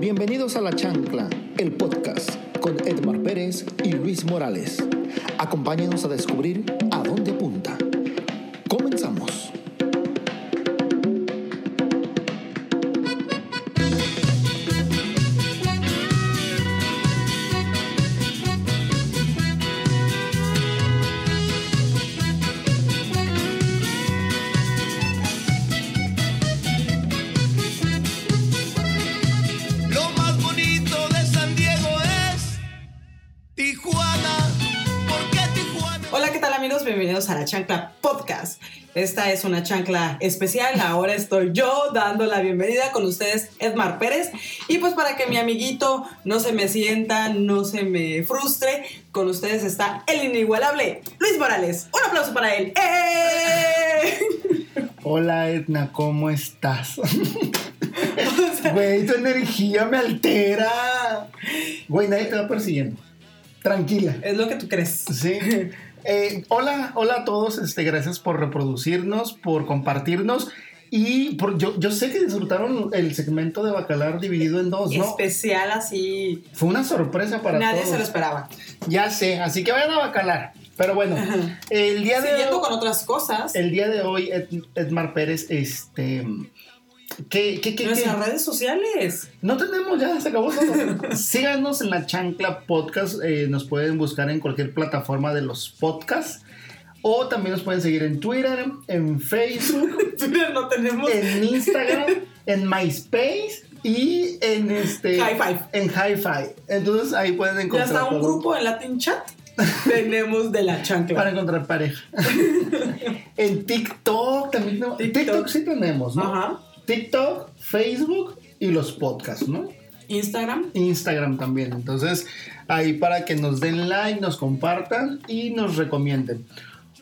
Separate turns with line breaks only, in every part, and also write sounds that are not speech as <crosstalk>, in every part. Bienvenidos a La Chancla, el podcast con Edmar Pérez y Luis Morales. Acompáñenos a descubrir a dónde apunta. Comenzamos.
Lo más bonito de San Diego es Tijuana. Porque Tijuana.
Hola, ¿qué tal amigos? Bienvenidos a la Chancla Podcast. Esta es una chancla especial. Ahora estoy yo dando la bienvenida con ustedes, Edmar Pérez. Y pues para que mi amiguito no se me sienta, no se me frustre, con ustedes está el inigualable Luis Morales. Un aplauso para él. ¡Eh!
Hola Edna, ¿cómo
<laughs>
estás? Güey, tu energía me altera. Güey, nadie te va persiguiendo. Tranquila.
Es lo que tú crees.
Sí. Eh, hola, hola a todos. Este, gracias por reproducirnos, por compartirnos. Y por, yo, yo sé que disfrutaron el segmento de Bacalar dividido en dos, Pues ¿no?
Especial así.
Fue una sorpresa para
Nadie
todos.
se lo esperaba.
Ya sé, así que vayan a Bacalar. Pero bueno,
Ajá.
el día de
Siguiendo con otras cosas,
el día de hoy, Ed- Edmar Pérez, este. ¿Qué, qué, qué, qué?
nuestras redes sociales. <laughs>
No tenemos ya, se acabó todo. Síganos en la Chancla Podcast. eh, nos pueden buscar en cualquier plataforma de los podcasts. O también nos pueden seguir en Twitter,
<laughs>
en Facebook,
Twitter no tenemos.
en Instagram, en MySpace y en este.
Hi-Fi.
En Hi-Fi. Entonces ahí pueden
Ya
encontrar.
está un
todo
grupo en Latin Chat. Tenemos de la chancla.
Para
<laughs>
encontrar pareja. en TikTok también. tenemos-
TikTok.
TikTok sí tenemos, ¿no?
Ajá.
TikTok, Facebook y los podcasts, ¿no?
Instagram. <laughs>
Instagram también. Entonces, ahí para que nos den like, nos compartan y nos recomienden.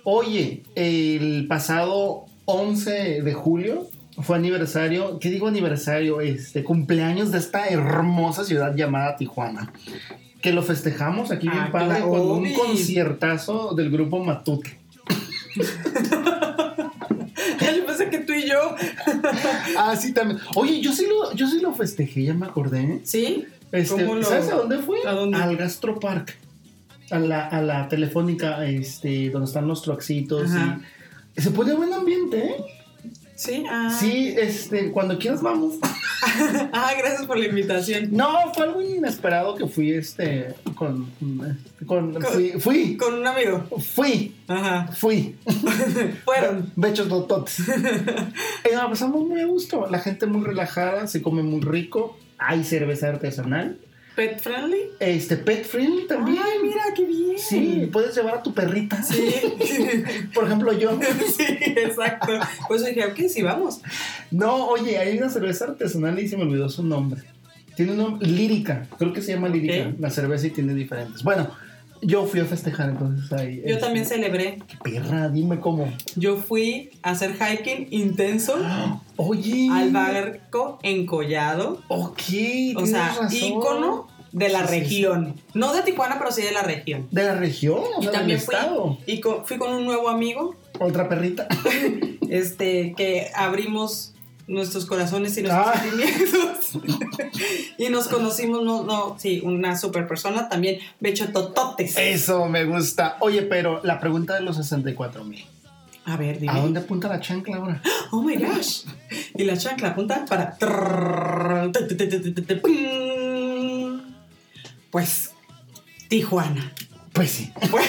Oye, el pasado 11 de julio fue aniversario, ¿qué digo aniversario? Este cumpleaños de esta hermosa ciudad llamada Tijuana. Que lo festejamos aquí
Ah,
bien padre con un
claro.
conciertazo del grupo Matute.
Yo pensé que tú y yo.
Ah, sí, también. Oye, yo sí lo, yo sí lo festejé, ya me acordé. ¿eh?
¿Sí?
Este,
¿Cómo lo-
¿Sabes a dónde fue?
¿A dónde?
Al Gastropark. A la, a la telefónica, este, donde están los troxitos.
Ajá.
y- Se pone buen ambiente, ¿eh?
Sí. Ah.
Sí, este, cuando quieras vamos.
<laughs> Ah, gracias por la invitación.
No, fue algo inesperado que fui, este, con, con,
Con-
fui, fui,
Con un amigo.
fui,
Ajá.
fui.
Fueron. <laughs>
Bechos dototes. Eh, la pasamos muy a gusto, la gente muy relajada, se come muy rico, hay cerveza artesanal,
Pet friendly.
este, pet friendly también.
Ay, mira, qué bien.
Sí, puedes llevar a tu perrita.
Sí. <laughs>
Por ejemplo, yo.
Sí, exacto. Pues dije, ok, sí, vamos.
No, oye, hay una cerveza artesanal y se me olvidó su nombre. Tiene un nombre, lírica, creo que se llama lírica.
Ok.
La cerveza y tiene diferentes. Bueno, yo fui a festejar entonces ahí.
Yo
Eh,
también celebré.
qué Perra, dime cómo.
Yo fui a hacer hiking
<gasps>
intenso
Oye.
al barco encollado.
Ok,
O
tienes
sea,
razón.
ícono de la
Sí, sí, sí.
región. No de Tijuana, pero sí de la región.
De la región, o
Y
sea, del
también fui,
estado.
y co- fui con un nuevo amigo, <laughs>
Otra perrita.
este, que abrimos nuestros corazones y nuestros
Ah.
sentimientos. <laughs> y nos conocimos, no, no, sí, una super persona también, becho tototes.
Eso me gusta. Oye, pero la pregunta de los 64 mil.
A ver, dime.
¿A dónde apunta la chancla ahora?
Oh my gosh. Y la chancla apunta para. Pues, Tijuana.
Pues sí.
Pues,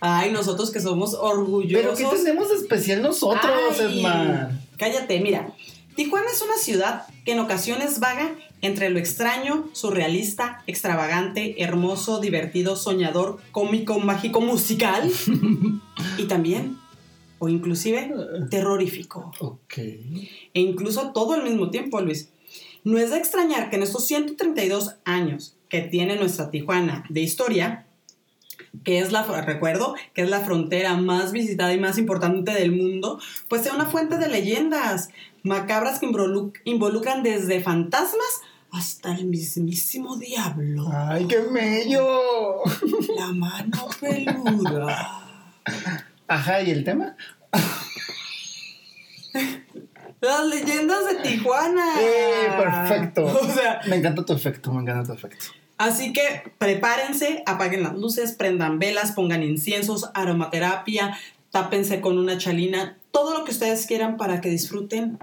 Ay, nosotros que somos
¿Pero
orgullosos.
qué tenemos de especial nosotros,
Ay,
Edmar?
Cállate, mira. Tijuana es una ciudad que en ocasiones vaga entre lo extraño, surrealista, extravagante, hermoso, divertido, soñador, cómico, mágico,
<laughs>
musical y también, o inclusive, terrorífico.
Ok.
E incluso todo al mismo tiempo, Luis. No es de extrañar que en estos 132 años que tiene nuestra Tijuana de historia, que es la, recuerdo, que es la frontera más visitada y más importante del mundo, pues sea una fuente de leyendas macabras que involuc- involucran desde fantasmas hasta el mismísimo diablo,
¡Ay, qué mello!
la mano peluda.
Ajá, ¿y el tema?
Las leyendas de Tijuana.
¡Eh, perfecto!
<laughs> O sea,
Me encanta tu efecto, me encanta tu efecto.
Así que prepárense, apaguen las luces, prendan velas, pongan inciensos, aromaterapia, tápense con una chalina, todo lo que ustedes quieran para que disfruten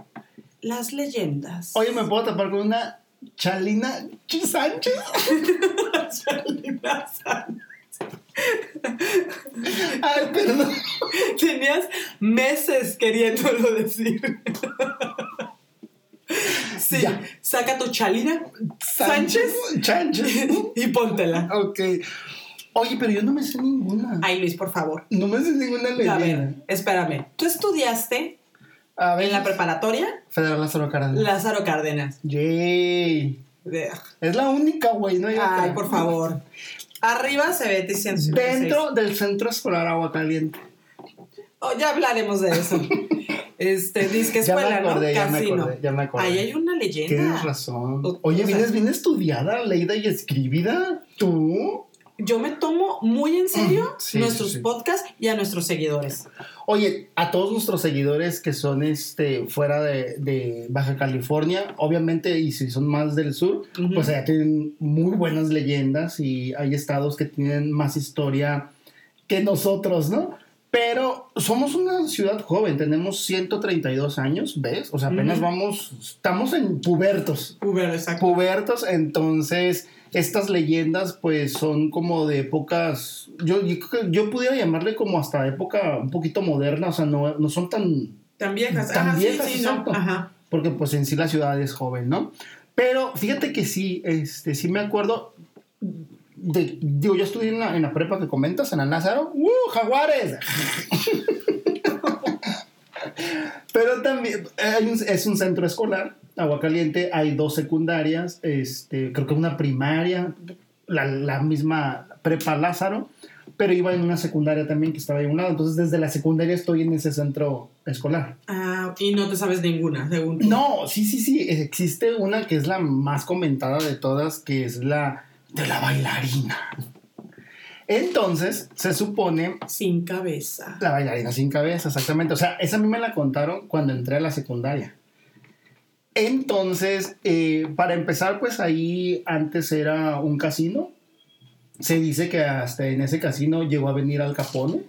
las leyendas.
Oye, ¿me puedo tapar con una Chalina Chi Sánchez?
Chalina Sánchez.
Ay, perdón.
<laughs> Tenías meses queriéndolo decir. <laughs> Sí,
Ya.
saca tu chalina
Sánchez.
y póntela.
Ok. Oye, pero yo no me sé ninguna.
Ay, Luis, por favor.
No me sé ninguna
A
leyenda.
ver, espérame. Tú estudiaste
A ver.
en la preparatoria
Federal Lázaro Cárdenas.
Lázaro Cárdenas.
Yay.
De-
Es la única, güey. No hay
Ay,
otra.
por favor. Arriba se ve 156.
Dentro del centro escolar Agua Caliente.
Oh, ya hablaremos de
<laughs>
eso. Este, disque
Ya me
escuela,
acordé,
¿no?
ya me
Casino.
acordé, ya me acordé.
Ahí hay una leyenda.
Tienes razón.
O-
Oye,
o sea-
vienes bien estudiada, leída y escribida. ¿Tú?
Yo me tomo muy en serio
Ujú, sí,
nuestros
sí, sí.
podcasts y a nuestros seguidores.
Oye, a todos nuestros seguidores que son este fuera de, de Baja California, obviamente, y si son más del sur,
Ujú.
pues allá tienen muy buenas leyendas y hay estados que tienen más historia que nosotros, ¿no? Pero somos una ciudad joven, tenemos 132 años, ¿ves? O sea, apenas
Ujú.
vamos, estamos en pubertos.
Uber, exacto.
Pubertos, entonces estas leyendas pues son como de épocas, yo, yo, creo que yo pudiera llamarle como hasta época un poquito moderna, o sea, no, no son tan
Tan viejas.
Tan
Ajá,
viejas,
sí, sí, no.
exacto.
Ajá.
porque pues en sí la ciudad es joven, ¿no? Pero fíjate que sí, este, sí me acuerdo, de, digo, yo estudié en la, en la prepa que comentas, en el Lázaro, ¡uh, jaguares! <laughs> Pero también eh, hay un- es un centro escolar, Agua Caliente, hay dos secundarias, este, creo que una primaria, la, la misma prepa Lázaro, pero iba en una secundaria también que estaba ahí a un lado, entonces desde la secundaria estoy en ese centro escolar.
Ah, y no te sabes ninguna, según tú.
No, sí, sí, sí. Existe una que es la más comentada de todas, que es la de la bailarina. Entonces, se supone
Sin cabeza.
la bailarina sin cabeza, exactamente. O sea, esa a mí me la contaron cuando entré a la secundaria. Entonces, eh, para empezar, pues ahí antes era un casino. Se dice que hasta en ese casino llegó a venir Al Capone.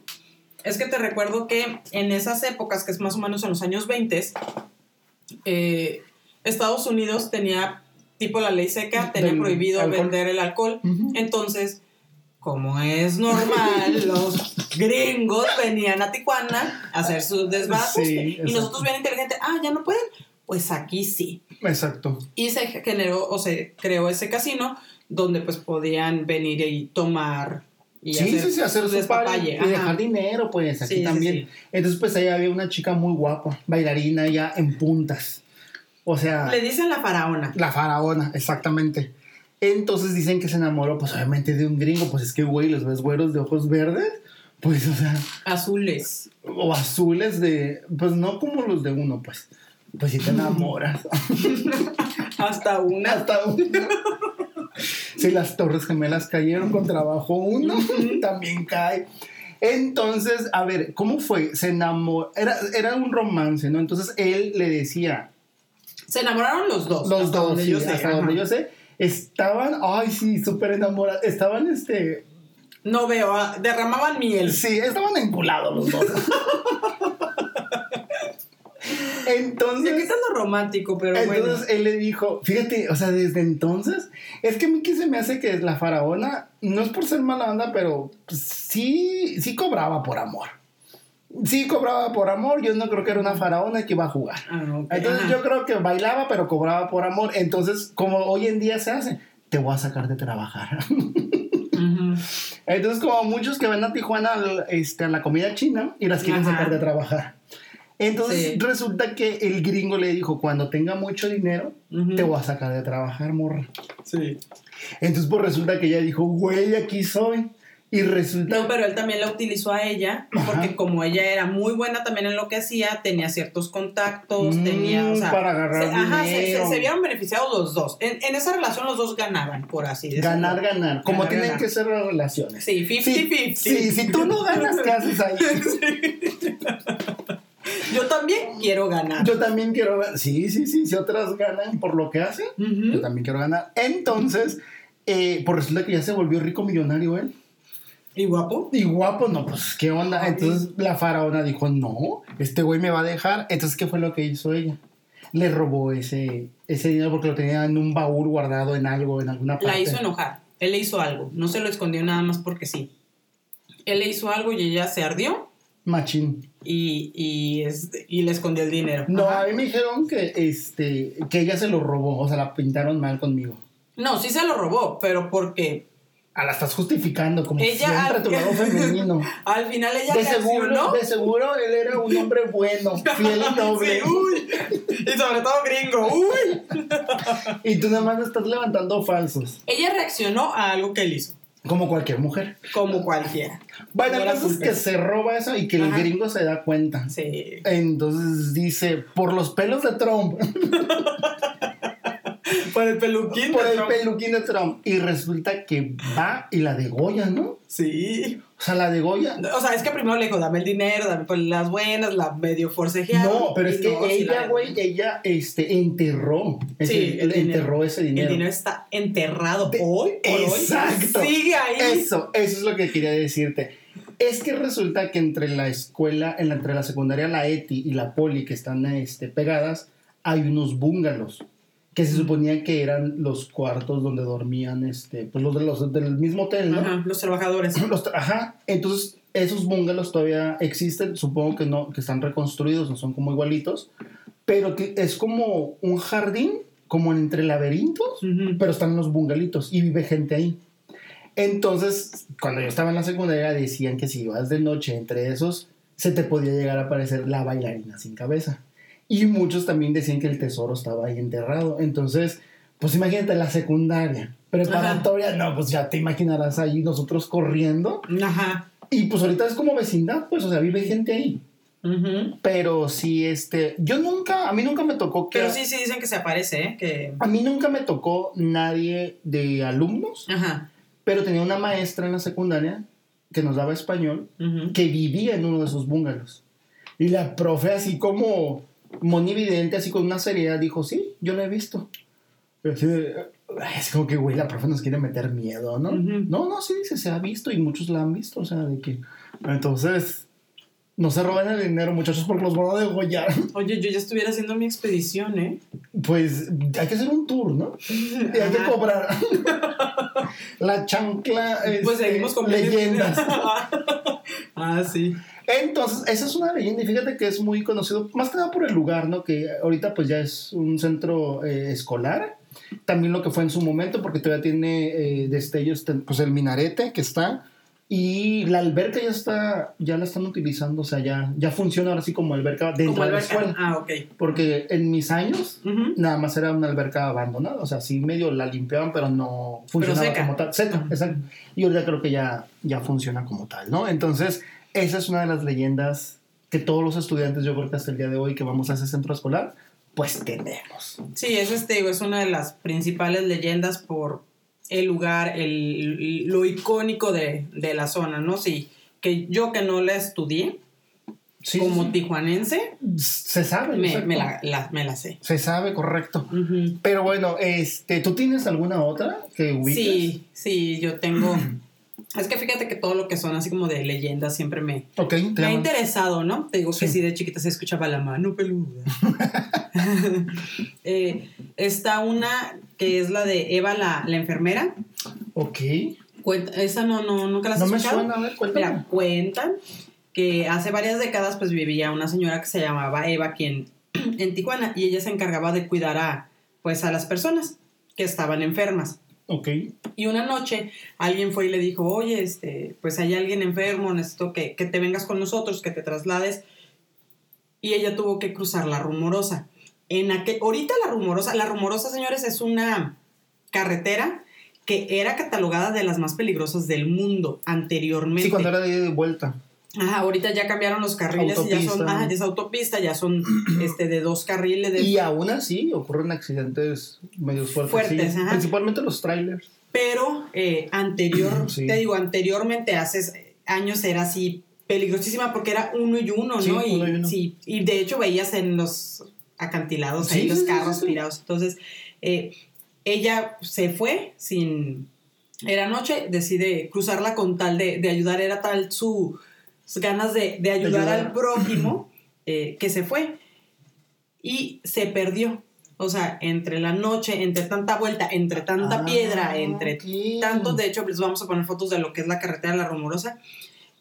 Es que te recuerdo que en esas épocas, que es más o menos en los años 20, eh, Estados Unidos tenía, tipo la ley seca, tenía
Del
prohibido
alcohol.
vender el alcohol.
Ujú.
Entonces, como es
<laughs>
normal, los gringos venían a Tijuana a hacer sus desbates.
Sí,
y
exacto.
nosotros bien inteligentes, ah, ya no pueden. Pues aquí sí.
Exacto.
Y se generó o se creó ese casino donde pues podían venir y tomar y
sí, sí, sí, hacer
su
su party
despapalle.
y dejar
Ajá.
dinero, pues, aquí
Sí, sí,
también.
sí.
Entonces, pues, ahí había una chica muy guapa, bailarina ya en puntas. O sea,
Le dicen la faraona.
la faraona, exactamente. Entonces dicen que se enamoró, pues, obviamente de un gringo. Pues es que, güey, los ves güeros de ojos verdes, pues, o sea,
Azules.
o azules de, pues, no como los de uno, pues. Pues si te enamoras.
Hasta una.
Hasta una.
<laughs>
Si las torres gemelas cayeron con trabajo uno, también cae. Entonces, a ver, ¿cómo fue? Se enamoró. Era, era un romance, ¿no? Entonces él le decía,
Se enamoraron los dos.
los
hasta
dos,
donde
sí,
yo sé,
hasta
ajá.
donde yo sé, estaban, ay, sí, súper enamorados. Estaban, este,
No veo, ah, derramaban miel.
Sí, estaban enculados
<laughs>
los dos.
Se
Entonces.
quita lo romántico, pero bueno.
Entonces eh, él le dijo, fíjate, o sea, desde entonces, es que a mí que se me hace que la faraona, no es por ser mala onda, pero pues, sí, sí cobraba por amor. Sí cobraba por amor, yo no creo que era una faraona que iba a jugar.
Ah, ok,
Entonces
ajá.
yo creo que bailaba, pero cobraba por amor. Entonces, como hoy en día se hace, te voy a sacar de trabajar.
Ujú.
Entonces, como muchos que van a Tijuana al- este, a la comida china y las quieren
Ajá.
sacar de trabajar. Entonces,
Sí.
resulta que el gringo le dijo, cuando tenga mucho dinero,
Ujú.
te voy a sacar de trabajar, morra. Entonces, pues resulta que ella dijo, güey, aquí soy. Y resulta...
No, pero él también la utilizó a ella,
Ajá.
porque como ella era muy buena también en lo que hacía, tenía ciertos contactos,
Mm,
tenía, o sea,
para agarrar
se, ajá, se- se-
dinero.
se vieron beneficiados los dos. En, en esa relación los dos ganaban, por así decirlo.
Ganar, ganar. Como
Ganar,
tienen
ganar.
que ser las relaciones.
Sí, 50-50. <laughs>
Sí, sí, si tú no ganas, ¿qué haces ahí?
Sí. Yo también quiero ganar.
Yo también quiero ganar. Sí, sí, sí. Si otras ganan por lo que hacen,
Ujú.
yo también quiero ganar. Entonces, eh, pues resulta que ya se volvió rico millonario él.
¿Y guapo?
Y guapo, no, pues, ¿qué onda? Entonces la faraona dijo, no, este güey me va a dejar. Entonces, ¿qué fue lo que hizo ella? Le robó ese, ese dinero porque lo tenía en un baúl guardado en algo, en alguna parte.
La hizo enojar. Él le hizo algo. No se lo escondió nada más porque sí. Él le hizo algo y ella se ardió
Machín.
y, y, este, y le escondió el dinero.
No,
Ajá.
a mí me dijeron que, este, que ella se lo robó, o sea, la pintaron mal conmigo.
No, sí se lo robó, pero porque
Ah, la estás justificando, como
Ella-
siempre
<laughs>
tu lado femenino.
al final ella
De seguro,
reaccionó.
de seguro él era un hombre
<laughs>
bueno, fiel y noble.
Sí, uy. Y sobre todo gringo. Uy.
Y tú nada más le estás levantando falsos,
Ella reaccionó a algo que él hizo,
como cualquier mujer.
como cualquiera.
Bueno,
No
el
era
caso es
culpa.
que se roba eso y que el
pues. Ajá.
gringo se da cuenta.
Sí.
Entonces dice, por los pelos de Trump, <laughs>
Por el peluquín.
por
de
el
Trump.
peluquín de Trump. Y resulta que va y la degolla, ¿no?
Sí.
O sea, la degolla.
O sea, es que primero le dijo, dame el dinero, dame pues, las buenas, la medio forcejeada.
No, pero
Y
es que
no, sí
ella,
la-
güey, ella este, enterró. Ese,
Sí, el dinero.
enterró ese
El
dinero.
dinero está enterrado
De-
hoy por hoy.
Exacto.
Sigue ahí.
Eso, eso es lo que quería decirte. Es que resulta que entre la escuela, en la- entre la secundaria, la ETI y la Poli, que están este, pegadas, hay unos búngalos que se suponía que eran los cuartos donde dormían este, pues los, de los del mismo hotel, ¿no?
Ajá, los trabajadores.
Los tra- ajá. Entonces, esos bungalows todavía existen, supongo que no, que están reconstruidos, no son como igualitos, pero que es como un jardín, como entre laberintos,
Ujú.
pero están los bungalitos y vive gente ahí. Entonces, cuando yo estaba en la secundaria, decían que si ibas de noche entre esos, se te podía llegar a aparecer la bailarina sin cabeza. Y muchos también decían que el tesoro estaba ahí enterrado. Entonces, pues imagínate la secundaria, preparatoria, no, pues ya te imaginarás ahí nosotros corriendo.
Ajá.
Y pues ahorita es como vecindad, pues, o sea, vive gente ahí.
Ujú.
Pero sí, este, yo nunca, a mí nunca me tocó que...
Pero sí, sí dicen que se aparece, ¿eh? Que...
A mí nunca me tocó nadie de alumnos,
Ajá.
pero tenía una maestra en la secundaria que nos daba español,
Ujú.
que vivía en uno de esos bungalows. Y la profe, así como monividente, así con una seriedad, dijo, sí, yo lo he visto. Pero así de, "Ay, Es como que, güey, la profe nos quiere meter miedo, ¿no?
Ujú.
No, no, sí, dice, se ha visto y muchos la han visto, o sea, de que... Entonces, no se roben el dinero, muchachos, porque los van a degollar. <laughs>
Oye, yo ya estuviera haciendo mi expedición, ¿eh?
Pues hay que hacer un tour, ¿no? Y hay que
Ajá. <laughs>
cobrar. la chancla.
Pues
este,
seguimos con
leyendas.
<laughs> ah, sí.
Entonces, esa es una leyenda y fíjate que es muy conocido, más que nada por el lugar, ¿no? Que ahorita pues ya es un centro eh, escolar. También lo que fue en su momento, porque todavía tiene eh, destellos, ten- pues el minarete que está. Y la alberca ya está, ya la están utilizando, o sea, ya, ya funciona ahora sí como alberca dentro
Como
de la
alberca.
escuela.
Ah, ok.
Porque en mis años,
Ujú.
nada más era una alberca abandonada, o sea, sí medio la limpiaban, pero no funcionaba
seca.
como tal. Seca,
Ajá.
exacto. Y ahorita creo que ya, ya funciona como tal, ¿no? Entonces, esa es una de las leyendas que todos los estudiantes, yo creo que hasta el día de hoy que vamos a ese centro escolar, pues tenemos.
Sí, es este, digo, es una de las principales leyendas por el lugar, el, lo icónico de, de la zona, ¿no? Sí, que yo que no la estudié
Sí,
como
sí,
tijuanense,
sí. se sabe.
me,
exacto.
me la, la- me la sé.
Se sabe, correcto.
Ujú.
Pero bueno, este, ¿tú tienes alguna otra que ubiques?
Sí, sí, yo
<clears throat>
tengo... Es que fíjate que todo lo que son así como de leyendas siempre me,
Ok, te
Me ha
llaman.
interesado, ¿no? Te digo que
Sí.
sí, de chiquita se escuchaba la mano
<laughs>
peluda. <laughs> Eh, está una que es la de Eva, la, la enfermera.
Ok.
Cuenta- esa no, no, nunca la has
No me
escuchado.
suena, a ver, cuéntame.
Mira, cuentan que hace varias décadas pues vivía una señora que se llamaba Eva, quien en <clears throat> Tijuana, y ella se encargaba de cuidar a, pues, a las personas que estaban enfermas.
Ok.
Y una noche alguien fue y le dijo, oye, este, pues hay alguien enfermo, necesito que, que te vengas con nosotros, que te traslades. Y ella tuvo que cruzar la rumorosa. En aquel, ahorita la rumorosa, la rumorosa, señores, es una carretera que era catalogada de las más peligrosas del mundo anteriormente.
Sí, cuando era de ida y de vuelta.
Ajá, ahorita ya cambiaron los carriles y ya son,
Autopista.
ajá, ya es autopista, ya son este de dos carriles de
Y aún así ocurren accidentes medio fuertes.
Fuertes,
sí.
ajá.
Principalmente los trailers.
pero eh, anterior,
<clears throat> Sí.
te digo, anteriormente, hace años era así peligrosísima porque era uno y uno,
Sí,
¿no? Y,
uno y uno.
sí, y de hecho veías en los acantilados
Sí,
ahí los
sí, sí,
carros
sí.
tirados. Entonces, eh, ella se fue sin... Era noche, decide cruzarla con tal de, de ayudar, era tal su, sus ganas de, de ayudar,
ayudar.
al
<clears throat>
prójimo eh, que se fue y se perdió. O sea, entre la noche, entre tanta vuelta, entre tanta
Ah,
piedra, entre
ok.
tantos, de hecho, les vamos a poner fotos de lo que es la carretera de La Rumorosa.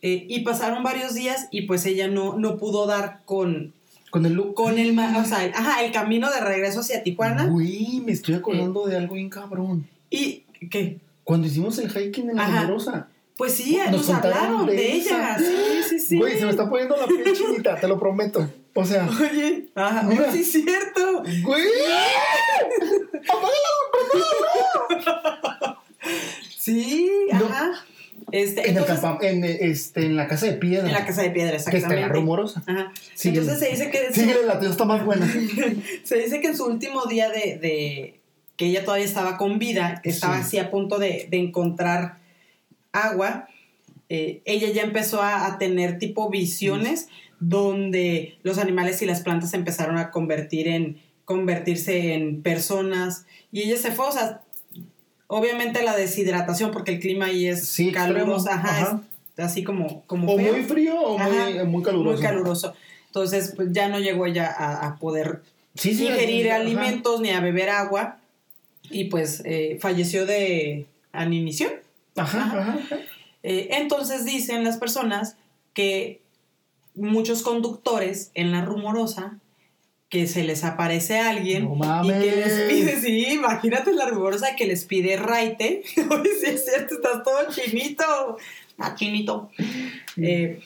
Eh, y pasaron varios días y pues ella no, no pudo dar con,
Con el look.
con el, ma- o sea, el- ajá, el camino de regreso hacia Tijuana.
Uy, me estoy
Eh.
acordando de algo bien cabrón.
Y que,
Cuando hicimos el hiking en la
Ajá.
Rumorosa.
pues sí,
Nos
nos,
contaron
hablaron
de
de ella.
esa.
Sí, sí, sí.
Güey, se me está poniendo la piel chinita, te lo prometo. O sea,
Oye, ajá,
Mira.
sí, es cierto.
güey.
Sí,
No.
ajá. Este,
En, el
entonces,
campa- en, eh, este, en la casa de piedra.
en la casa de piedra,
que está en la
exactamente.
rumorosa.
Ajá.
Síguele.
Entonces se dice que
Síguele, la tuya está
<laughs>
más buena.
Se dice que en su último día de, de- que ella todavía estaba con vida, que estaba
Sí.
así a punto de, de encontrar agua, eh, ella ya empezó a, a tener tipo visiones donde los animales y las plantas empezaron a convertir en, convertirse en personas y ella se fue, o sea, obviamente la deshidratación porque el clima ahí es
Sí, extremo,
caluroso, ajá,
ajá.
es así como, como
O
feo.
muy frío o muy,
Ajá.
muy caluroso.
Muy caluroso. Entonces, pues ya no llegó ella a, a poder
Sí, sí,
ingerir
ajá.
alimentos ni a beber agua. Y pues eh, falleció de aninición.
Ajá, ajá. ajá.
Eh, entonces dicen las personas que muchos conductores en la rumorosa que se les aparece alguien
No
y
mames.
que les pide, sí, imagínate la rumorosa que les pide raite. <laughs> Oye, sí es cierto, estás todo chinito. Ah, chinito. Eh,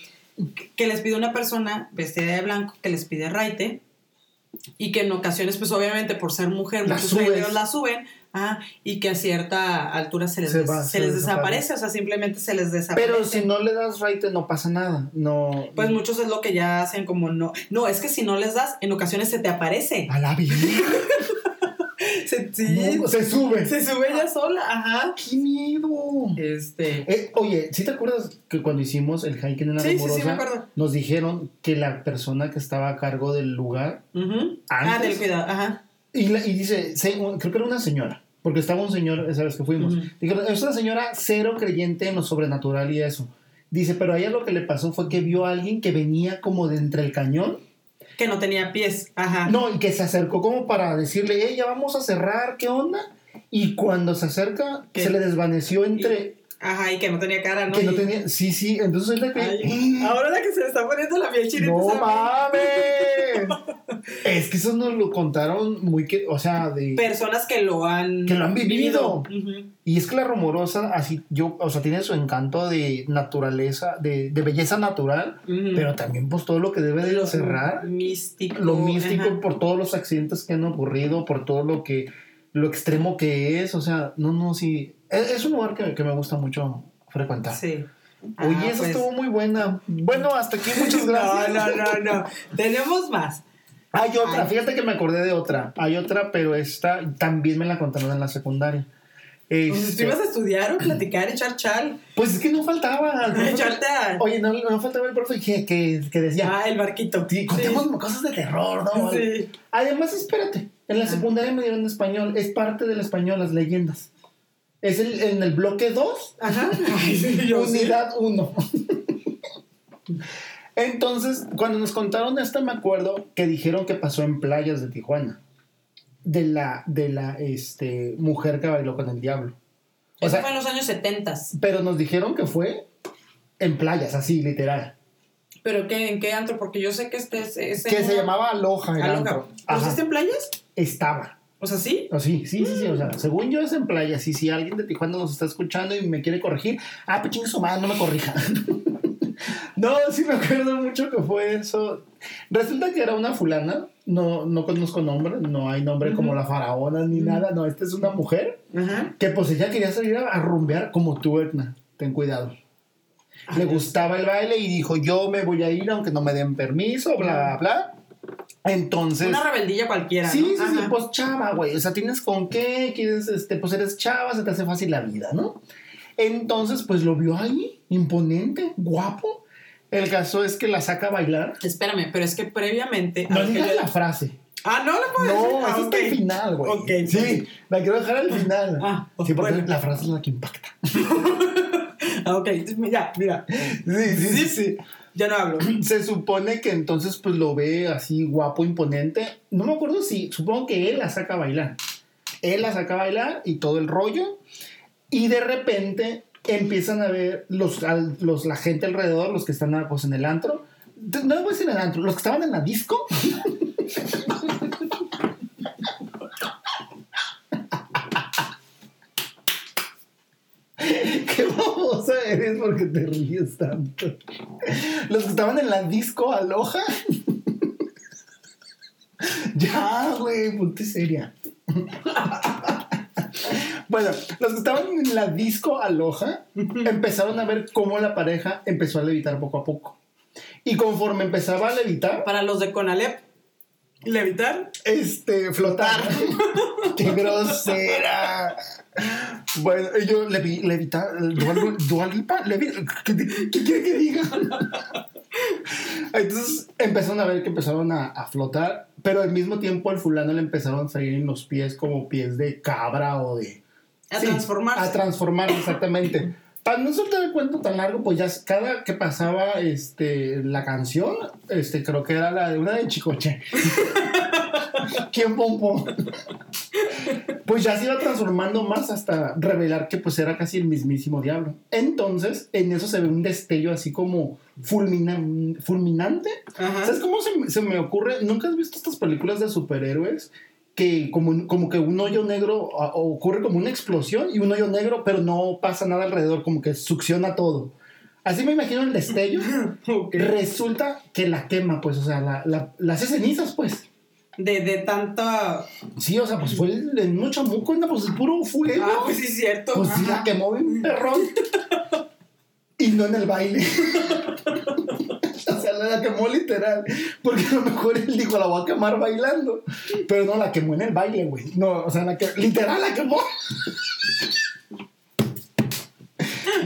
que- que les pide una persona vestida de blanco que les pide raite y que en ocasiones, pues obviamente por ser mujer,
La
muchos
subes.
traileros la suben ah, y que a cierta altura se les,
Se
des-
va,
se
se
les
desaparece.
desaparece, o sea, simplemente se les desaparece.
Pero si no le das raite no pasa nada. No.
Pues muchos es lo que ya hacen como no. No, es que si no les das, en ocasiones se te aparece.
A la vida.
<laughs> Se, sí,
Ah, No, pues, se sube.
se sube ella sola, ajá.
¡Qué miedo!
Este.
Eh, oye, ¿sí te acuerdas que cuando hicimos el hiking en la
Sí, sí, sí,
rumorosa
me acuerdo.
nos dijeron que la persona que estaba a cargo del lugar
ujú. Ah,
¿Antes?
del cuidado, ajá.
Y, la- y dice, se- un- creo que era una señora, porque estaba un señor esa vez que fuimos.
Ujú.
Dijeron, es una señora cero creyente en lo sobrenatural y eso. Dice, pero a ella lo que le pasó fue que vio a alguien que venía como de entre el cañón.
Que no tenía pies, ajá.
No, y que se acercó como para decirle, hey, ya vamos a cerrar, ¿qué onda? Y cuando se acerca,
¿Qué?
se le desvaneció entre...
Ajá, y que no tenía cara, ¿no?
que no
Y-
tenía... Sí, sí, entonces es la que... "Mm,
Ay, Ah, ahora la que se le está poniendo la piel chinita.
¡No
¿sabes?
mames! es que eso nos lo contaron muy que... O sea, de...
Personas que lo han.
Que lo han vivido.
Ujú.
Y es que la rumorosa, así, yo, o sea, tiene su encanto de naturaleza, de, de belleza natural,
Ujú.
pero también pues todo lo que debe de
Lo
cerrar,
Místico.
lo místico
Oh, ajá.
por todos los accidentes que han ocurrido, por todo lo que, lo extremo que es, o sea, no, no, sí, E, es, es un lugar que, que me gusta mucho frecuentar.
Sí.
Oye,
Ah,
eso
pues.
estuvo muy buena. Bueno, hasta aquí,
<laughs>
muchas gracias.
No, Ah. no, no, no. Tenemos más.
Hay otra,
Ay.
fíjate que me acordé de otra, hay otra, pero esta también me la contaron en la secundaria.
Pues,
Este,
tú ibas a estudiar o platicar, echar
<laughs>
chal.
pues es que
<laughs>
no faltaba. no faltaba.
Echarte a.
Oye, no, no faltaba el profe que, que, que decía,
Ah, el barquito.
sí, contemos cosas de terror, ¿no?
Sí.
Además, espérate, en la
Ah.
secundaria me dieron español, es parte del español, las leyendas. Es el, en el bloque 2, <laughs>
Ajá. <laughs> Ay, sí, yo sí.
unidad 1. Entonces, cuando nos contaron esta, me acuerdo que dijeron que pasó en playas de Tijuana, de la, de la este, mujer que bailó con el diablo. O
Eso
sea-
fue en los años 70.
Pero nos dijeron que fue en playas, así, literal.
¿Pero qué? ¿En qué antro? Porque yo sé que este es. es
que
en
se
un-
llamaba Aloha. el
Aloha. Pues este-
antro.
¿Lo
Ajá.
hiciste en playas?
Estaba.
O sea, sí.
Oh, sí, sí, sí, sí, O sea, según yo es en playa. Sí, si alguien de Tijuana nos está escuchando y me quiere corregir, ah, pues chingue su madre, no me corrija. <laughs> no, sí me acuerdo mucho que fue eso. Resulta que era una fulana, no, no conozco nombre, no hay nombre como la faraona ni nada, no, esta es una mujer
Ajá.
que pues ella quería salir a, a rumbear como tú, Edna. Ten cuidado.
Ah,
Ah, Le gustaba el baile y dijo, yo me voy a ir aunque no me den permiso, bla, bla, bla. Entonces...
Una rebeldilla cualquiera.
Sí,
¿no?
sí, sí,
Ajá.
pues chava, güey. O sea, tienes con qué, quieres, este, pues eres chava, se te hace fácil la vida, ¿no? Entonces, pues lo vio ahí, imponente, guapo. El caso es que la saca a bailar.
Espérame, pero es que previamente. a
No
lo que
digas
yo-
la frase.
Ah, no la puedo decir.
No,
Ah,
esa está
ok.
el final, güey.
Ok.
Sí, la quiero dejar al final.
Ah,
sí, porque
bueno.
la frase es la que impacta.
Ah, ok. Mira, mira.
Sí, sí, sí, sí.
Ya no hablo.
<laughs> Se supone que entonces pues lo ve así guapo, imponente. No me acuerdo si, supongo que él la saca a bailar. Él la saca a bailar y todo el rollo. Y de repente empiezan a ver los, al- los, la gente alrededor, los que están ah, pues en el antro. No voy a decir en el antro, los que estaban en la disco. <laughs> Qué famosa eres porque te ríes tanto. Los que estaban en la disco Aloha. <laughs> ya, güey, ponte seria. <laughs> bueno, los que estaban en la disco Aloha empezaron a ver cómo la pareja empezó a levitar poco a poco. Y conforme empezaba a levitar,
Para los de Conalep, levitar.
este, flotar. ¡Qué grosera! Bueno, y yo le vi, levita, dual, Dua Lipa, levi, ¿qué, di- qué quiere que diga? Entonces empezaron a ver que empezaron a, a flotar, pero al mismo tiempo al fulano le empezaron a salir en los pies como pies de cabra o de...
A
Sí,
transformarse.
A transformarse, exactamente. Para no soltar el cuento tan largo, pues ya cada que pasaba este, la canción, este, creo que era la de una de Chicoche. <laughs> ¿Quién pompo? pues ya se iba transformando más hasta revelar que pues era casi el mismísimo diablo. Entonces, en eso se ve un destello así como fulmina- fulminante
Ajá.
¿Sabes cómo se, se me ocurre? ¿Nunca has visto estas películas de superhéroes? Que como, como que un hoyo negro a- o ocurre como una explosión y un hoyo negro, pero no pasa nada alrededor, como que succiona todo. Así me imagino el destello.
<laughs> Ok.
Resulta que la quema, pues, o sea, la, la, la hace cenizas, pues.
De, de tanta.
Sí, o sea, pues fue el- en mucha muco, anda, pues el puro fuego.
Ah, pues sí, es cierto.
Pues sí, la
Ajá.
quemó un perrón. Y no en el baile. <laughs> o sea, la quemó literal. Porque a lo mejor él dijo, la voy a quemar bailando. Pero no, la quemó en el baile, güey. No, o sea, la que, literal la quemó.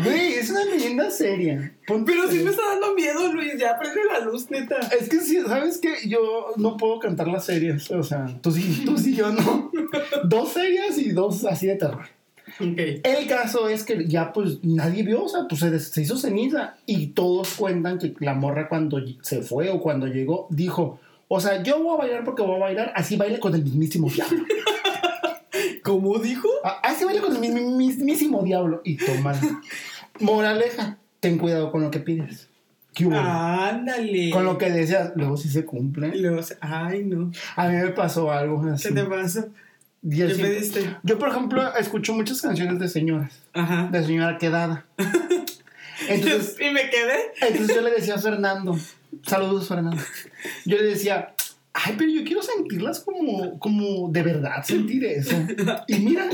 Güey, es una leyenda seria. Ponte
Pero sí
serio.
me está dando miedo, Luis. Ya prende la luz, neta.
Es que sí, ¿sabes qué? Yo no puedo cantar las series. O sea, tú sí, tú sí, yo <laughs> no. Dos series y dos así de terror.
Ok.
El caso es que ya pues nadie vio, o sea, pues se, des- se hizo ceniza y todos cuentan que la morra cuando ll- se fue o cuando llegó dijo, o sea, yo voy a bailar porque voy a bailar, así baile con el mismísimo
<laughs>
diablo.
¿Cómo dijo?
A- así baile con el mismi- mismísimo diablo y toma. Moraleja, ten cuidado con lo que pides. ¿Qué hubo?
Ándale.
Uh. Con lo que deseas, luego sí se cumple.
Y luego se- Ay, no.
A mí me pasó algo así.
¿Qué te pasa?
Y
¿Qué
así-
pediste?
Yo, por ejemplo, escucho muchas canciones de señoras,
Ajá.
de
<laughs>
señora quedada. Entonces,
y me quedé.
Entonces yo le decía a Fernando, saludos Fernando. Yo le decía, ay, pero yo quiero sentirlas como, como de verdad sentir eso. Y mira,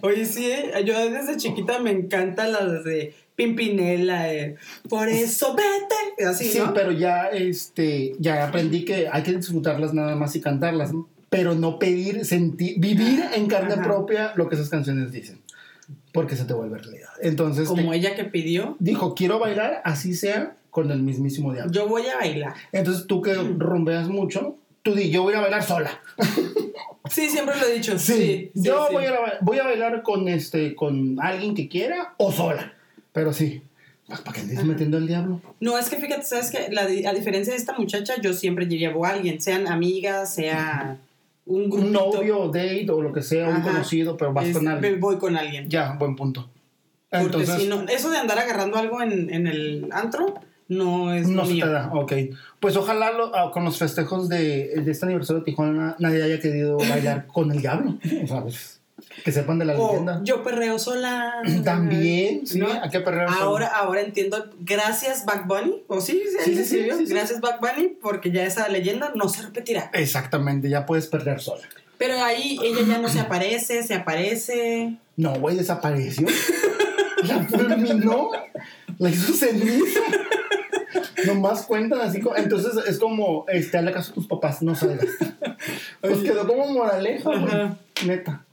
Oye, sí, ¿eh? yo desde chiquita me encantan las de Pimpinela. eh. Por eso vete. Así,
sí,
¿no?
pero ya, este, ya aprendí que hay que disfrutarlas nada más y cantarlas, ¿no? pero no pedir, sentir, vivir en carne
Ajá.
propia lo que esas canciones dicen, porque se te vuelve realidad. Entonces
Como
te-
ella que pidió,
dijo, quiero bailar, así sea, con el mismísimo diablo.
yo voy a bailar.
Entonces tú que rumbeas mucho, tú di, yo voy a bailar sola.
Sí, siempre lo he dicho. Sí.
Sí,
sí,
yo
sí.
Voy, a, ba- voy a bailar con este con alguien que quiera o sola. Pero sí. Pues, ¿Para qué andes metiendo al diablo?
No, es que fíjate, sabes que la di- a diferencia de esta muchacha, yo siempre llevo a alguien, sean amigas, sea un grupo.
Un novio, date o lo que sea, un
Ajá.
conocido, pero vas con alguien.
este, Voy con alguien.
Ya, buen punto.
Porque
Entonces,
si no, eso de andar agarrando algo en, en el antro no es
no
lo
se
mío.
te da. Ok. Pues ojalá lo- ah, con los festejos de, de este aniversario de Tijuana nadie haya querido
<laughs>
bailar con el diablo. O sea, pues, que sepan de la
O
leyenda.
yo perreo sola.
<clears throat> También, sí,
¿No?
hay que perder
Ahora, ahora entiendo. Gracias, Back Bunny. ¿O sí? sí,
Sí,
ahí
sí,
se
sí,
escribió.
sí, sí.
Gracias, Back Bunny, porque ya esa leyenda no se repetirá.
Exactamente, ya puedes perder sola.
Pero ahí ella ya no se aparece, se aparece.
No, güey, desapareció. La fulminó. La hizo ceniza. Nomás cuentan así. co- Entonces es como, este, a la casa de tus papás, no salgas. Pues quedó como moraleja, güey.
Ajá.
Neta.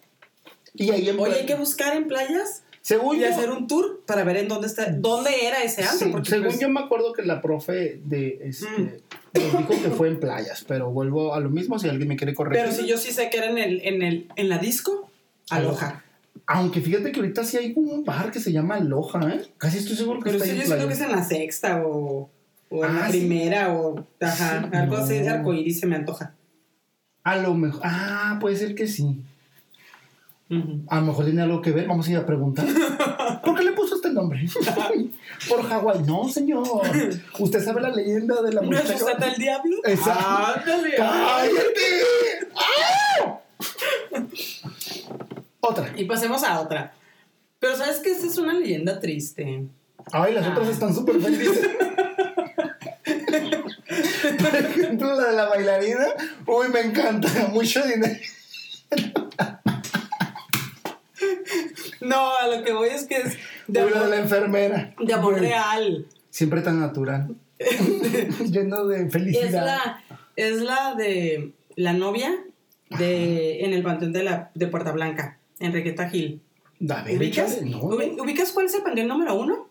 Y ahí en
Oye, hay que buscar en playas
Según
y
yo,
hacer un tour para ver en dónde está, dónde era ese antro.
sí,
porque
según
pues,
yo me acuerdo que la profe de este,
Mm.
nos dijo que fue en playas, pero vuelvo a lo mismo si alguien me quiere corregir.
Pero si yo sí sé que era en el, en el, en la disco, aloja.
Aunque fíjate que ahorita sí hay un bar que se llama Loja, ¿eh? Casi estoy seguro que
Pero
está
sí,
ahí
yo
en
sí creo que
playas.
es en la sexta o, o en
Ah,
la
sí.
primera o ajá,
Sí,
algo así de
no.
arcoíris se me antoja.
A lo mejor. Ah, puede ser que sí. A lo mejor tiene algo que ver. Vamos a ir
<laughs>
a preguntar. ¿Por qué le puso este nombre? Por Hawái. No, señor. Usted sabe la leyenda de la
¿No es
muchacha.
usted el diablo?
Exacto.
Ándale.
¡Cállate! ¡Ah! Otra.
Y pasemos a otra. Pero sabes que esta es una leyenda triste.
Ay, las otras están súper felices. Por ejemplo, la de la bailarina. Uy, me encanta. Mucho dinero.
No, a lo que voy es que es de
Uy, la de la
amor,
enfermera.
de amor
Uy,
real.
Siempre tan <laughs> natural. Lleno de felicidad. <laughs>
Es la, es la de la novia de, en el panteón de, la, de Puerta Blanca, Enriqueta Gil.
A ver,
¿Ubicas?
échale, no.
Ubi- ¿Ubicas cuál es el panteón número uno?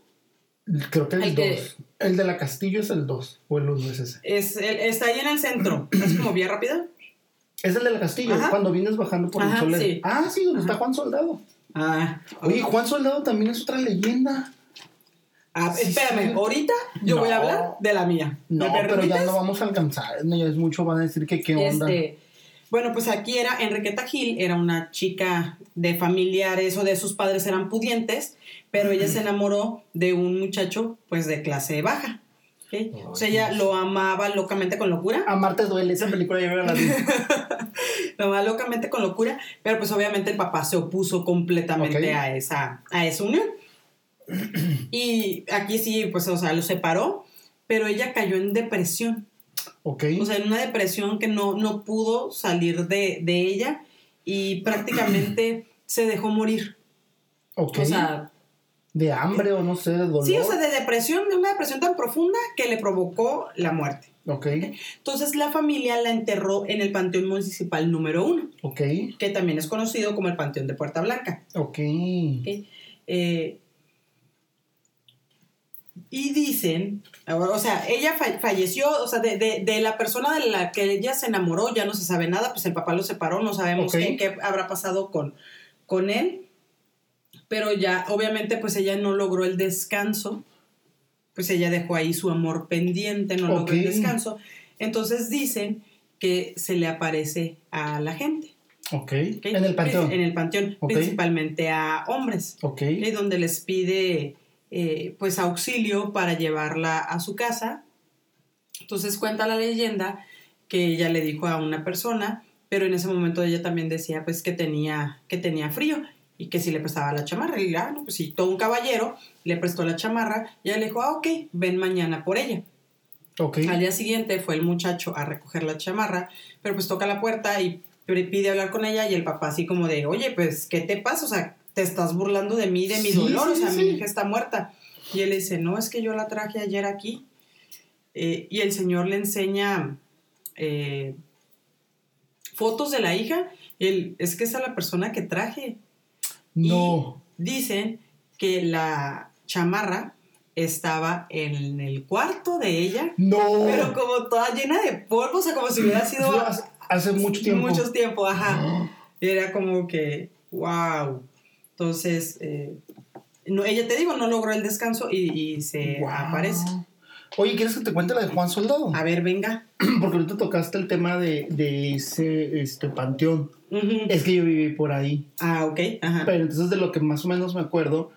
Creo que el
el que-
2. El de la Castillo es el 2. O el 1 es ese.
Es el- está ahí en el centro.
<clears throat>
es como vía rápida.
Es el de la Castillo,
Ajá.
cuando vienes bajando por el
Ajá,
Soler.
sí.
Ah, sí, donde está Juan Soldado.
Ah,
Oye, Juan Soldado también es otra leyenda.
ah,
sí,
espérame,
sí.
ahorita yo
No.
voy a hablar de la mía.
No,
¿Me
pero ya
permites?
no vamos a alcanzar. No, ya es mucho, van a decir que qué onda.
Este, bueno, pues aquí era Enriqueta Gil, era una chica de familiares o de sus padres eran pudientes, pero ella se enamoró de un muchacho pues de clase baja. ¿ok? O sea, ella lo amaba locamente con locura,
Amarte duele, esa película yo la vi.
lo amaba locamente con locura, pero pues obviamente el papá se opuso completamente
Ok.
a, esa, a esa unión. Y aquí sí, pues, o sea, lo separó, pero ella cayó en depresión.
<laughs> ok.
o sea, en una depresión que no, no pudo salir de, de ella y prácticamente <clears throat> se dejó morir.
ok.
O sea,
de hambre o no sé, de dolor.
sí, o sea, de depresión, de una depresión tan profunda que le provocó la muerte.
Ok,
Entonces la familia la enterró en el Panteón Municipal número uno,
ok,
que también es conocido como el Panteón de Puerta Blanca.
ok.
Eh, y dicen, o sea, ella fa- falleció, o sea, de, de- de la persona de la que ella se enamoró ya no se sabe nada, pues el papá lo separó, no sabemos
Ok.
qué, qué habrá pasado con, con él, pero ya, obviamente, pues ella no logró el descanso, pues ella dejó ahí su amor pendiente, no logró el
Ok.
descanso, entonces dicen que se le aparece a la gente.
Ok.
¿ok?
En el panteón.
En el panteón,
Ok.
principalmente a hombres
Ok.
y donde les pide eh, pues auxilio para llevarla a su casa. Entonces cuenta la leyenda que ella le dijo a una persona, pero en ese momento ella también decía pues que tenía, que tenía frío y que si le prestaba la chamarra. Y ah, no, pues si todo un caballero le prestó la chamarra, y ella le dijo, ah, ok, ven mañana por ella.
Ok.
Al día siguiente fue el muchacho a recoger la chamarra, pero pues toca la puerta y pide hablar con ella y el papá así como de, oye, pues, ¿qué te pasa? O sea, te estás burlando de mí, de mi
Sí,
dolor,
sí,
o sea,
sí,
mi
sí.
hija está muerta. Y él le dice, no, es que yo la traje ayer aquí. Eh, y el señor le enseña eh, fotos de la hija y él, es que esa es la persona que traje.
No.
Y dicen que la chamarra estaba en el cuarto de ella.
No.
Pero como toda llena de polvo, o sea, como si hubiera sido
Fue hace, hace mucho tiempo.
muchos tiempo, ajá.
Ah,
Y era como que, wow. Entonces, eh, no, ella te digo, no logró el descanso y, y se
guau.
eh, aparece.
Oye, ¿quieres que te cuente la de Juan Soldado?
A ver, venga.
<clears throat> Porque ahorita tocaste el tema de, de ese este, panteón.
Ujú.
Es que yo viví por ahí.
Ah, ok, ajá.
Pero entonces de lo que más o menos me acuerdo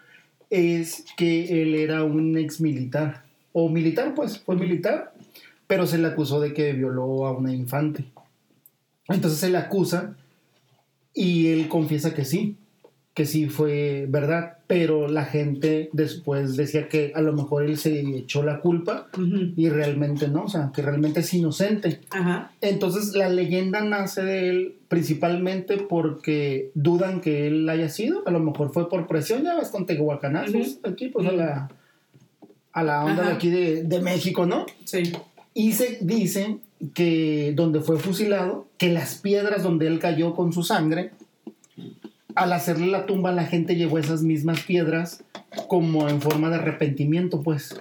es que él era un ex militar. O militar, pues, fue militar, pero se le acusó de que violó a una infante. Entonces se le acusa y él confiesa que sí, que sí fue verdad, pero la gente después decía que a lo mejor él se echó la culpa
Ujú.
y realmente no, o sea, que realmente es inocente.
Ajá.
Entonces la leyenda nace de él principalmente porque dudan que él haya sido, a lo mejor fue por presión, ya ves con tehuacanazos aquí, pues a la, a la onda de
Ajá.
aquí de, de México, ¿no?
Sí.
Y se dice que donde fue fusilado, que las piedras donde él cayó con su sangre al hacerle la tumba la gente llevó esas mismas piedras como en forma de arrepentimiento, pues.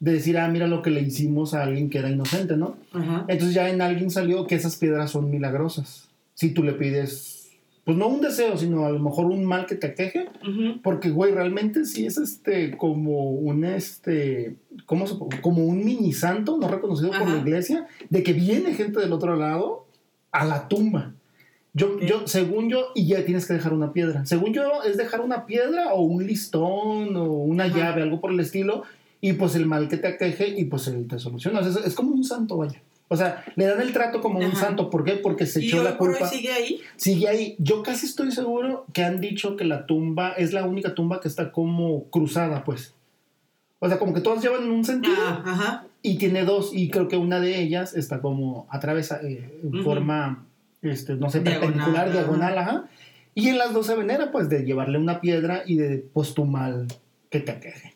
De decir, ah, mira lo que le hicimos a alguien que era inocente, ¿no?
Ajá.
Entonces ya en alguien salió que esas piedras son milagrosas. Si tú le pides, pues no un deseo, sino a lo mejor un mal que te aqueje.
Ujú.
Porque, güey, realmente sí es este como un este ¿cómo se po- como un mini santo no reconocido por
Ajá.
la iglesia, de que viene gente del otro lado a la tumba. Yo,
Ok.
yo, según yo, y ya tienes que dejar una piedra. Según yo, es dejar una piedra o un listón o una
Ajá.
llave, algo por el estilo, y pues el mal que te aqueje y pues él te soluciona. O sea, es, es como un santo, vaya. O sea, le dan el trato como un
Ajá.
santo. ¿Por qué? Porque se
y
echó
hoy
la
por
culpa.
hoy sigue ahí.
Sigue ahí. Yo casi estoy seguro que han dicho que la tumba es la única tumba que está como cruzada, pues. O sea, como que todas llevan un sentido
Ah, ajá.
y tiene dos. Y creo que una de ellas está como atravesa eh, en
Ujú.
forma, este, no sé,
Diagonal,
perpendicular,
ajá.
diagonal, ajá. Y en las dos se venera, pues, de llevarle una piedra y de postumal que te aqueje.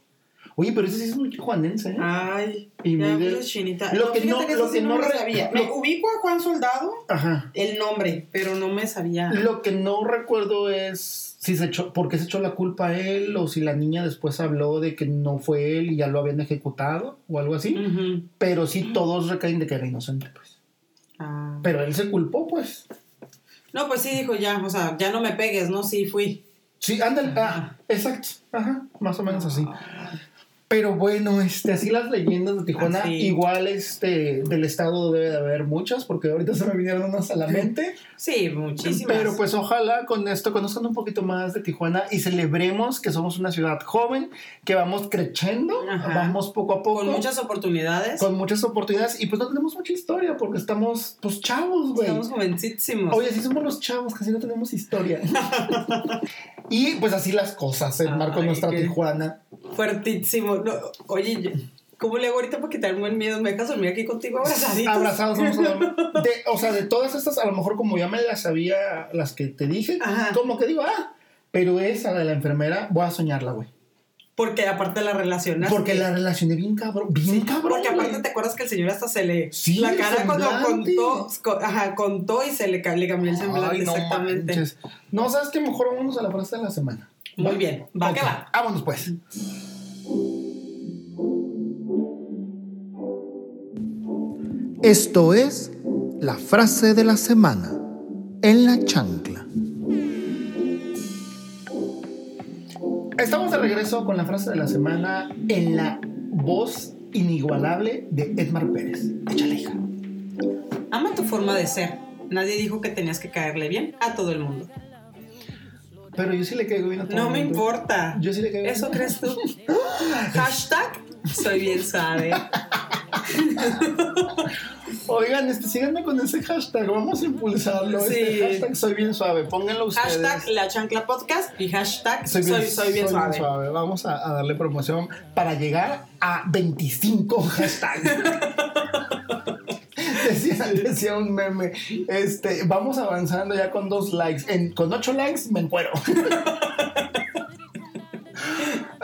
Oye, pero ese sí es muy chihuanense, ¿eh?
Ay,
Y
Ah, ya pues
mire-
puse chinita.
lo que
fíjate
no-
eso
lo
sí
que no
me
re-
sabía.
lo-
Me ubico a Juan Soldado
Ajá.
el nombre, pero no me sabía.
Lo que no recuerdo es si se echó, por qué se echó la culpa a él o si la niña después habló de que no fue él y ya lo habían ejecutado o algo así.
Ujú.
Pero sí todos recaen de que era inocente, pues.
Ah.
Pero él se culpó, pues.
No, pues sí dijo ya, o sea, ya no me pegues, no, sí fui.
Sí, ándale. Ah, exacto. Ajá, más o menos así.
Ah.
Pero bueno, este, así las leyendas de Tijuana,
Así.
igual este, del estado debe de haber muchas, porque ahorita se me vinieron unas a la mente.
Sí, muchísimas.
Pero pues ojalá con esto conozcan un poquito más de Tijuana y celebremos que somos una ciudad joven, que vamos creciendo,
Ajá.
vamos poco a poco,
con muchas oportunidades.
con muchas oportunidades y pues no tenemos mucha historia porque estamos pues chavos, güey.
Estamos jovencísimos.
Oye, así somos los chavos, casi no
<laughs>
tenemos historia. y pues así las cosas, se marco
Ay,
nuestra
qué-
Tijuana.
Fuertísimo. No, oye, yo- ¿cómo le hago ahorita para quitarme el miedo? Me dejas dormir aquí contigo abrazaditos.
Abrazados, vamos
<laughs>
a dormir. De- o sea, de todas estas, a lo mejor como ya me las sabía las que te dije,
Ajá.
como que digo, ah, pero esa la de la enfermera, voy a soñarla, güey.
Porque aparte la relacionaste.
Porque la relacioné bien cabrón. Bien cabrón.
Porque aparte
güey.
te acuerdas que el señor hasta se le.
Sí,
la
el
cara cuando
semblante.
contó, co- ajá, contó y se le, ca- le cambió el semblante.
Ay, no
exactamente.
manches. No, sabes que mejor vámonos a la frase de la semana.
Muy
¿Va?
bien, va que
Ok,
va.
Vámonos pues.
Esto es la frase de la semana en la chancla.
Estamos de regreso con la frase de la semana en la voz inigualable de Edmar Pérez. Échale, hija.
Ama tu forma de ser. Nadie dijo que tenías que caerle bien a todo el mundo.
Pero yo sí le caigo bien a todo
No
el
me
mundo.
importa.
Yo sí le caigo bien.
¿Eso crees tú? Hashtag soy bien suave.
Oigan, este, síganme con ese hashtag. Vamos a impulsarlo.
Sí.
Este hashtag soy bien suave. Pónganlo ustedes.
Hashtag la chancla podcast y hashtag soy, soy bien
soy
suave.
Vamos a, a darle promoción para llegar a 25 <laughs> hashtags. decía, decía un meme, este, vamos avanzando ya con dos likes. En- con ocho likes me encuero. <laughs>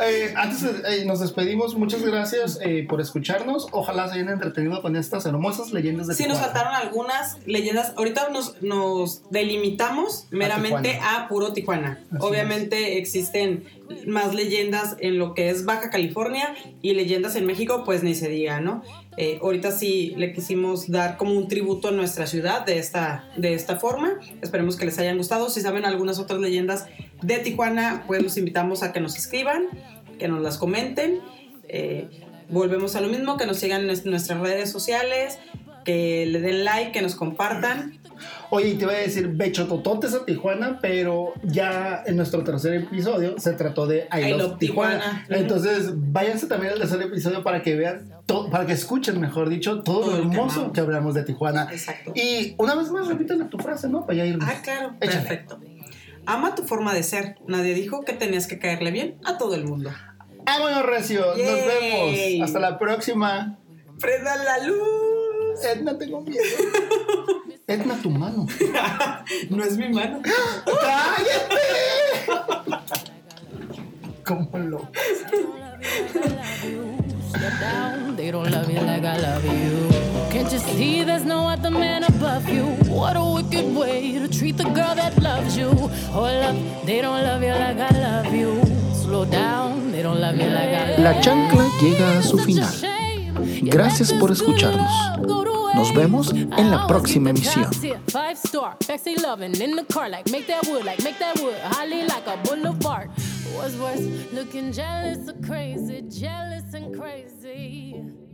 Eh, antes de- eh, nos despedimos, muchas gracias eh, por escucharnos. Ojalá se hayan entretenido con estas hermosas leyendas de
Sí, nos
Tijuana.
faltaron algunas leyendas. Ahorita nos, nos delimitamos meramente a, puro Tijuana.
Así
Obviamente existen más leyendas en lo que es Baja California y leyendas en México, pues ni se diga, ¿no? Eh, ahorita sí le quisimos dar como un tributo a nuestra ciudad de esta, de esta forma. Esperemos que les hayan gustado. Si saben algunas otras leyendas de Tijuana, pues los invitamos a que nos escriban, que nos las comenten. Eh, volvemos a lo mismo, que nos sigan en nues- nuestras redes sociales, que le den like, que nos compartan.
Oye, y te voy a decir bechotototes a Tijuana, pero ya en nuestro tercer episodio se trató de I,
I
Love,
Love
Tijuana.
Tijuana. Ujú.
Entonces, váyanse también al tercer episodio para que vean, to- para que escuchen, mejor dicho, todo,
Todo
lo
el
hermoso
tema.
que hablamos de Tijuana.
Exacto.
Y una vez más, repítale tu frase, ¿no? Para ya irnos.
Ah, claro,
Échale.
perfecto. Ama tu forma de ser. Nadie dijo que tenías que caerle bien a todo el mundo.
¡Vámonos, Ah, Recio! ¡Nos
Yay.
vemos! ¡Hasta la próxima!
¡Prenda la luz!
Edna, tengo miedo.
<laughs>
Edna, tu mano.
No es mi mano.
¡Cállate! Como loco.
Still love you, I love you. step down. They don't love you like I love you. Can't you see there's no other man above you? What a wicked way to treat the girl that loves you. Hold up, they don't love you like I love you. Slow down, they don't love you like I love you.
La chancla llega a su final. Gracias por escucharnos. Nos vemos en la próxima emisión.
Five star, sexy loving in the car, like make that wood, like make that wood, highly like a boulevard. What's worse, looking jealous or crazy, jealous and crazy.